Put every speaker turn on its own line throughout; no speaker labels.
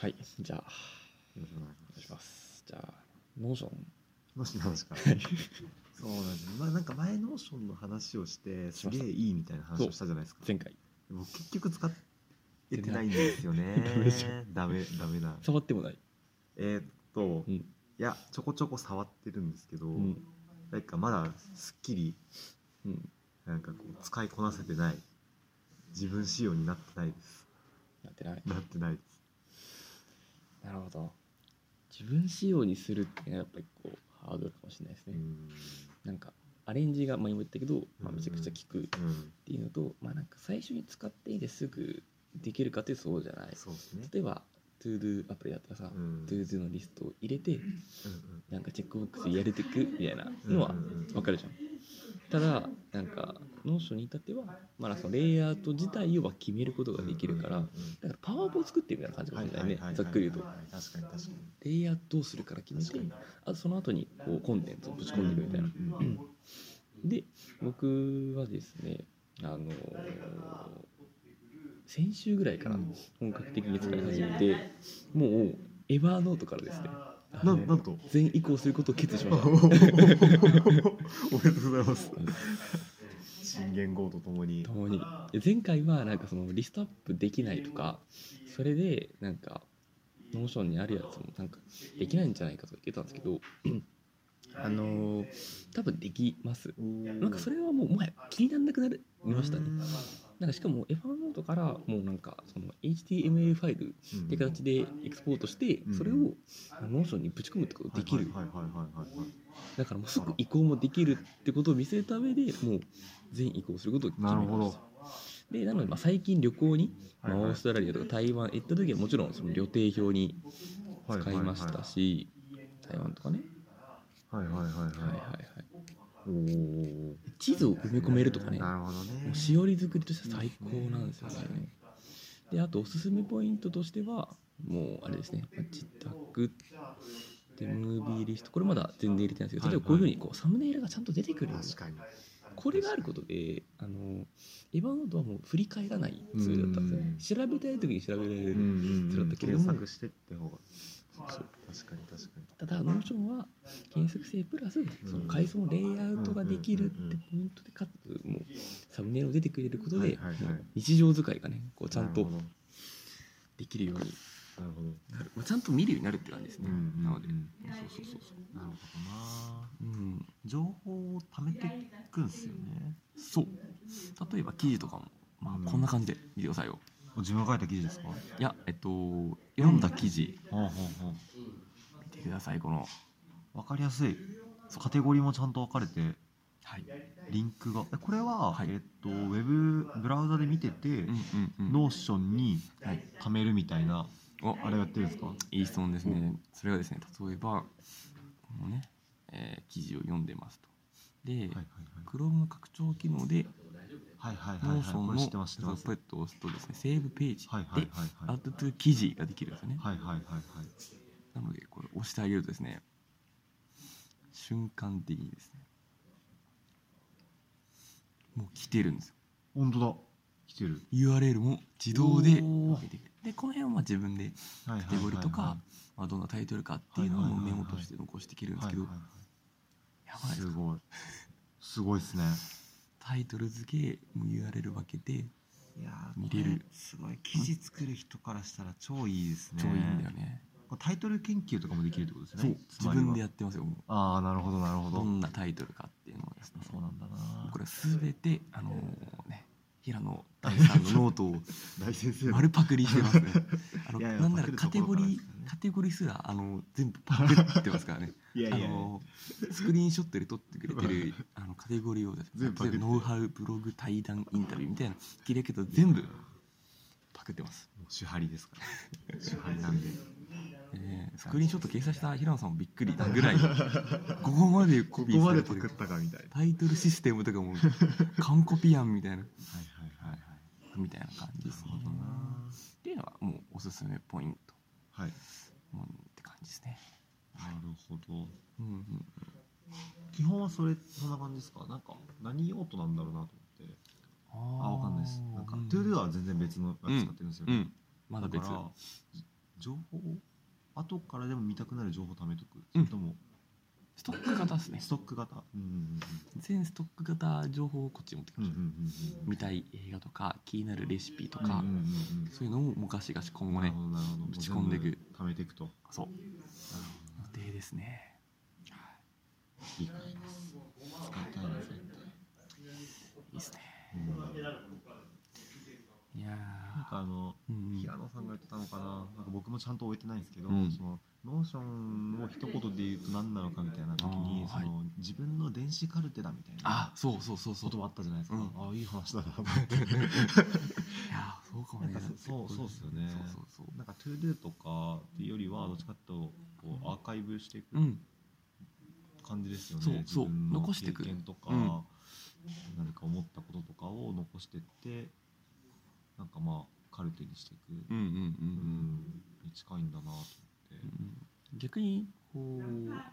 はいじゃあ
よろしくお願いし
お
ま
願い
す
しますじゃあノーション
もしなんです か
はい
そうなんですまあなんか前ノーションの話をして
し
す
まし
げ
た
えいいみたいな話をしたじゃないですか
前回
でも結局使えてないんですよ ね
ダメじゃ
ダメダメな
触ってもない
えーっと
うん
いやちょこちょこ触ってるんですけど、
うん
なんかまだすっきり
うん
なんかこう使いこなせてない自分仕様になってないです
なってない
なってないです
なるほど自分仕様にするっていうのはやっぱりこうハードルかもしれないです
う
ね、
ん
なんかアレンジが前も言ったけど、まあ、
うん
めちゃくちゃ効くっ
うん
ていうのと、まあなんか最初に使っていいですぐできるかってそうじゃない
そうですね
例えば ToDo アプリだったらさ、
うん
ToDo のリストを入れて
うん
なんかチェックボックス入れてくみたいな
うん
のは
うんうんうん
わかるじゃんただなんかノーションに至ってはまあそのレイヤーと自体をは決めることができるから、
うん
だからパワーポを作ってるみたいな感じかもしれないね、ざっくり言うと
はいはい確かに確か
レイヤーどうするから決め
に
て
確かに
あとその後にこうコンテンツをぶち込んでいくみたいな。
うんうん
で僕はですねあのー先週ぐらいから
うん
本格的に使い始めて、もうエヴァーノートからですねあ
な
の
んなんと
全移行することを決意しました
おめでとうございます新元号とともに
共に前回はなんかそのリストアップできないとかそれでなんかノーションにあるやつもなんかできないんじゃないかと言ってたんですけどあのー多分できますなんかそれはもうもはや気にならなくなりましたねなんかしかもエヴァノートからもうなんかその HTML ファイルって形でエクスポートして
うん
それをノーションにぶち込むってことができる
はいはいはいはいはい
だからもうすぐ移行もできるってことを見せた上でもう全移行することを決めました
なるほど
でなのでまあ最近旅行に、まあ、
はいはい
オーストラリアとか台湾行った時はもちろんその旅程表に
は
使いましたし、台湾とかね、
はいはいはいは
は
い
いはい
は
はい、
いおー
地図を埋め込めるとかね
なるほどね
もうしおり作りとしては最高なんですよね。であとおすすめポイントとしてはもうあれですねまあ自宅でムービーリストこれまだ全然入れてないんですけど例えばこういうふうにこうサムネイルがちゃんと出てくる
確かに
これがあることであのエヴァノートはもう振り返らないツールだったんですよね調べたい時に調べられ
う
る
んうん
そうだ
う
っ
ん
たけれども
検索してって方が
そう
確かに確かに
ただノーションは原則性プラスその階層のレイアウトができるってポイントでかつもうサムネイルを出てくれること
はい
で
はいはい
もう日常使いがねこうちゃんと
なる
できるように
ほどなるほど
なるまあちゃんと見るようになるって感じです
う
ね、
んうん
なので
うん
そうそうそうそう
なるほどな
うん
情報を貯めていくんですよね
そう例えば記事とかも、ま
うん
あ、こんな感じで見てくださいよ、
自分が書いた記事ですか
いやえっと読んだ記事
ほうほうほう
見てくださいこの
分かりやすいそうカテゴリーもちゃんと分かれて
はい
リンクがえこれは、
はい
えっとウェブブラウザで見てて、
うんうんうん
ノーションに
はい
貯めるみたいな、
お
あれやってるんですか
いい質問ですねそれはですね例えばこのね、えー記事を読んでますとで、
はい
Chrome の拡張機能で
はいはいはいはい
ノ
はい
ーションの
はいこれ知
ポ
ってます知ってます
ットを押すとですねセーブページ
はいはい
で
はい
ア
は
ッ
い
ドトゥ記事ができるんですよね
はいはいはいはい
なのでこれ押してあげるとですね瞬間的にですねもう来てるんですよ
本当だ来てる
URL も自動で
おー
出てくるでこの辺はまあ自分で
カ
カテゴリーとか、まあ、どんなタイトルかっていうのをもうメモとして残していけるんですけどやばいですすか
ごいすごいですね
タイトル付けもう URL 分けて
いや
見れる
すごい記事作る人からしたら超いいですね
超いいんだよね
これタイトル研究とかもできるってことですね
そう
つ
自
まりは
分でやってますよも
ああなるほどなるほ
う
ど
どんなタイトルかっていうのをですね
そうなんだな
これ全てあのね平野大さんの ノートを
大先生
丸パクリしてますね。あの
いやいや
なんならカ
パク
テ
ると
ゴ
ころから
リー、
ですからね
カテゴリーすらあの全部パクってますからね。
いやい
あ
やいや
のスクリーンショットで撮ってくれて るあのカテゴリーをですね
全部パクっ
例
て
えばノウハウブログ対談インタビューみたいな切り分けた全部パクってます。
もう主張ですから 主張なんで
えースクリーンショット掲載した平野さんもびっくりな ぐらいここまでコ
こ
ピー
こま
され
で
て
パク
る。
ったかみたいな
タイトルシステムとかも完コピやんみたいな
はいはいはいはい
みたいな感じですね。っていうのはもうおすすめポイント、
はい
うん、って感じですね。
なるほど
うんうん
基本はそれそんな感じですかなんか何用途なんだろうなと思って
あ
あわかんないですなんか
うん
ToDo は全然別のやつ使ってるんですよ
う
ね
んまだ
だ
別
から情報を後からでも見たくなる情報貯めとくそ
うん
れとも
ストック型ですね
ストック型うん
全ストック型情報をこっちに持ってき
うん
ま
うん
した、見たい映画とか気になるレシピと
うんうんうん
か、
うんうんうん
そういうのももうガシガシ今後
なる
ね
ほどなるほど
ぶち込んでいく
もう全部貯めていくとなる
そう
ほ
予定ですね
どいい感じです使いたいな絶
いいですね
対、うん、なんか
いや
あの
ーうんうん
平野さんが言ってたのかななんか僕もちゃんと終えてないんですけど、
うん
そのノーションを一言で言うと何なのかみたいな時に
あー
その、自分の電子カルテだみたいな
あそうそうそうそ
こ
う
ともあったじゃないですか、
うん
ああいい話だなと思って
いやーそうかもね
なんかそそうそうっすよね
そうそうそう
なんか ToDo とかっていうよりはどっちかっていうとこうアーカイブしていく
うん
感じですよね、
そうそう
自分の
残してく
経験とか、
うん
何か思ったこととかを残してってなんかまあカルテにしていく、
うんうんうんうん
に近いんだなと思って、
うん逆にこ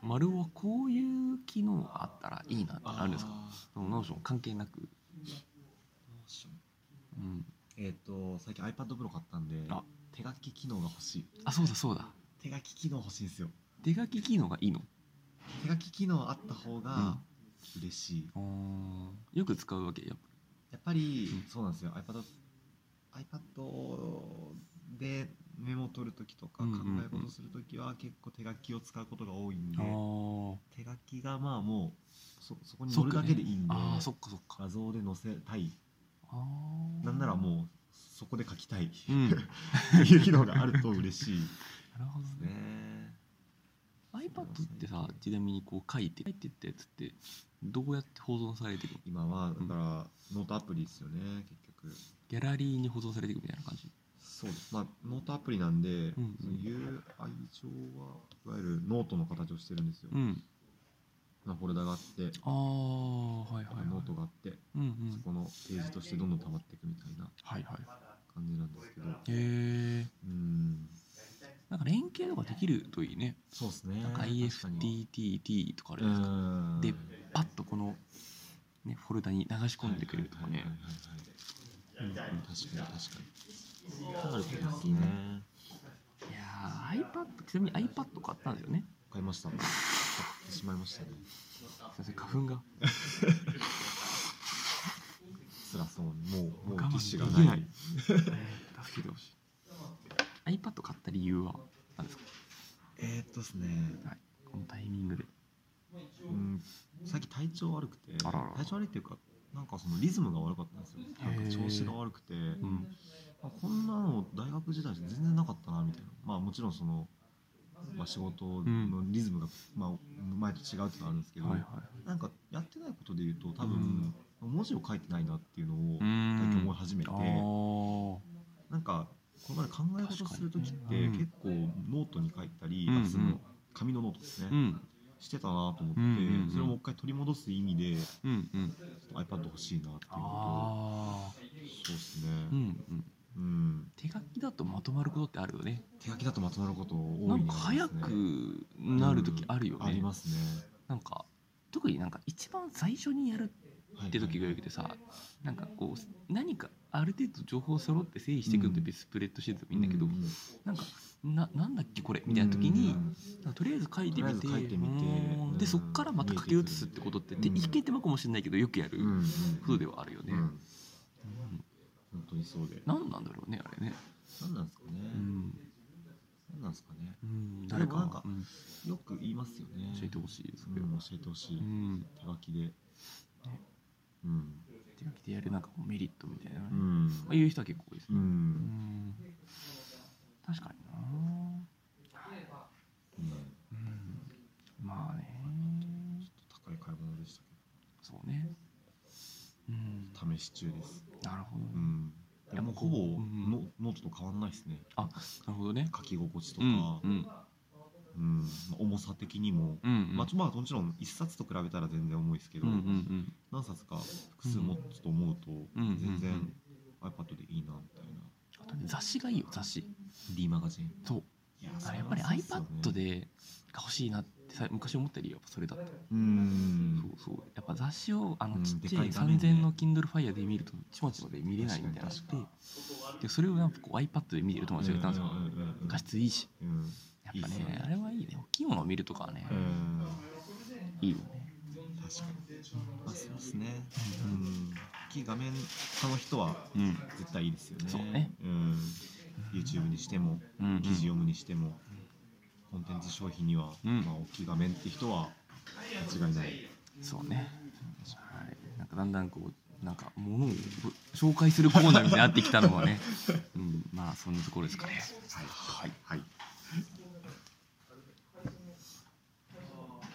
う丸はこういう機能があったらいいなってあるんですか
あ
そのノーション関係なく、
ーどうしよう
うん、
えっ、と最近 iPad Pro 買ったんで
あ
手書き機能が欲しい
あそうだそうだ
手書き機能欲しいんですよ
手書き機能がいいの
手書き機能あった方が嬉しい、
よく使うわけやっぱ
やっぱり
うん
そうなんですよ iPad, iPad でメモ取るときと
う
か考
んうんうん
え事するときは結構手書きを使うことが多いんで、
りあ
手書きがまあもうそそこに
そ
乗
っか
るだけでいいんで、
ああそっかそっか
画像で載せたい
あー
なんならもうそこで書きたいっ
うんなる
て いう機能があると嬉しい
ほど
です
ね
ね
iPad ってさちなみにこう書いて書いてったやつってどうやって保存されていくの
今はだからノートアプリですよね結局
ギャラリーに保存されていくみたいな感じ
そうですまあノートアプリなんで、
ん
その UI 上はいわゆるノートの形をしてるんですよ、
うん
まあフォルダがあって
ああはいはいはい
ノートがあって、
うんう
そ
ん
このページとしてどんどん溜まっていくみたいな
はいはい
感じなんですけど、
へえ
うん、
なんか連携とかできるといいね
そうですね。
なんか IFTTT とかあ
確
る
か
じゃないですか
にうん
でパッとこの、ね、フォルダに流し込んでくれるとかね
はいはいはいはいうんうん確かに確かに。あるといいですね。
いやー iPad ちなみに iPad 買ったんだよね
買いました。買ってしまいましたね。
すいません花粉が
辛そうにもうもう
我慢
ティッシュが
でき
な
ない
い。
助けてほしい iPad 買った理由は何ですか
えー、っとですね。
このタイミングで
うん、最近体調悪くて、
あらら
体調悪いっていうか。なんかそのリズムが悪かったんですよ。なんか調子が悪くて、
うん
あこんなの大学時代じゃ全然なかったなみたいなまあもちろんその、まあ、仕事のリズムが、まあ、前と違うってのはあるんですけど、
はいはい
なんかやってないことで言うと多分、文字を書いてないなっていうのを
う
最近
ん
思い始めて、
あー
なんかこれまで考え事する時って
うん
結構ノートに書いたり、
うん
あその紙のノートですね、
うん
してたなと思って、
うんうんうん
それをもう一回取り戻す意味でち
うんうん
ょっと iPad 欲しいなっていうこ
あ
とそうですね、
ーうんうん
うん、
手書きだとまとまることってあるよね
手書きだとまとまること多い
なん
で
か
すね
早くなる時あるよ
あり
ね
ますね。
なんか特になんか一番最初にやる
はい
って時がよくてさなんかこう何かある程度情報揃って整理していくのって別にスプレッドシートでもいいんだけど、
うう
なんかななんだっけこれみたいな時に、
うん
なんかとりあえず書いてみて
とりあえず書いてみて
うんでそっからまた書き写すってことって、
うん
でいけてまかもしれないけどよくやる
うんうん
ことではあるよね、
う
うん
ん本当にそうで。
何なんだろうねあれね、
なんなんですかね
う。ん
なんなんですかね。
うん、誰か
でもなんか
うん
よく言いますよね。
教えてほ
い。
しいそ
それ
れ
を
は、
教えてほし
う
い。
ん、
手書きで。うん。
手書きでやるなんかこうメリットみたいな、
う
ま
ん。
あ、いう人は結構多いです
う。
ね、うんん、確かにな
うん
うんまあね
ちょっと高い買い物でした
そうねうん
けど試し中です。
なるほど、
う
なる
ん。
い
い
や
やもうほぼ
うん
ノノートと変わんないですね。
ほどね
書き心地
う
とか、
んうん
うんまあ重さ的にも。
うんうん
まあ、ちょまあもちろん1冊と比べたら全然重いですけ
う
ど、
んうん
何冊か複数持つと思うと、
うん
全
うんうん
然 iPad でいいなみたいな、
あとね雑誌がいいよ雑誌
D マガジン
そう
いや
あれやっぱり iPad でが欲しいなってさ昔思った理由はやっぱそれだった、
うーん
そうそうやっぱ雑誌をあ
う
の
ん
ちっち
で
ゃ
か
い
い画面で
3000の Kindle Fire で見るとちまちまで見れないみたいなのがあ
確
ってでそれをなんかこう iPad で見てる友達がいたんですよ、
うんうんうんうんうん
画質いいし
うん
やっぱね
いいっすね
あれはいいね大きいものを見るとかはね、
うん
いいよね
確かにまあそうですねうん大きい画面派の人は
うん
絶対いいですよね
そうね
うん、YouTube にしても
うんうん
記事読むにしても、コンテンツ消費には、
うん
まあ、大きい画面って人は間違いない
そうね、はい、なんかだんだんこうなんか物を紹介するコーナーになってきたのはね、うん、まあそんなところですかねはい
はい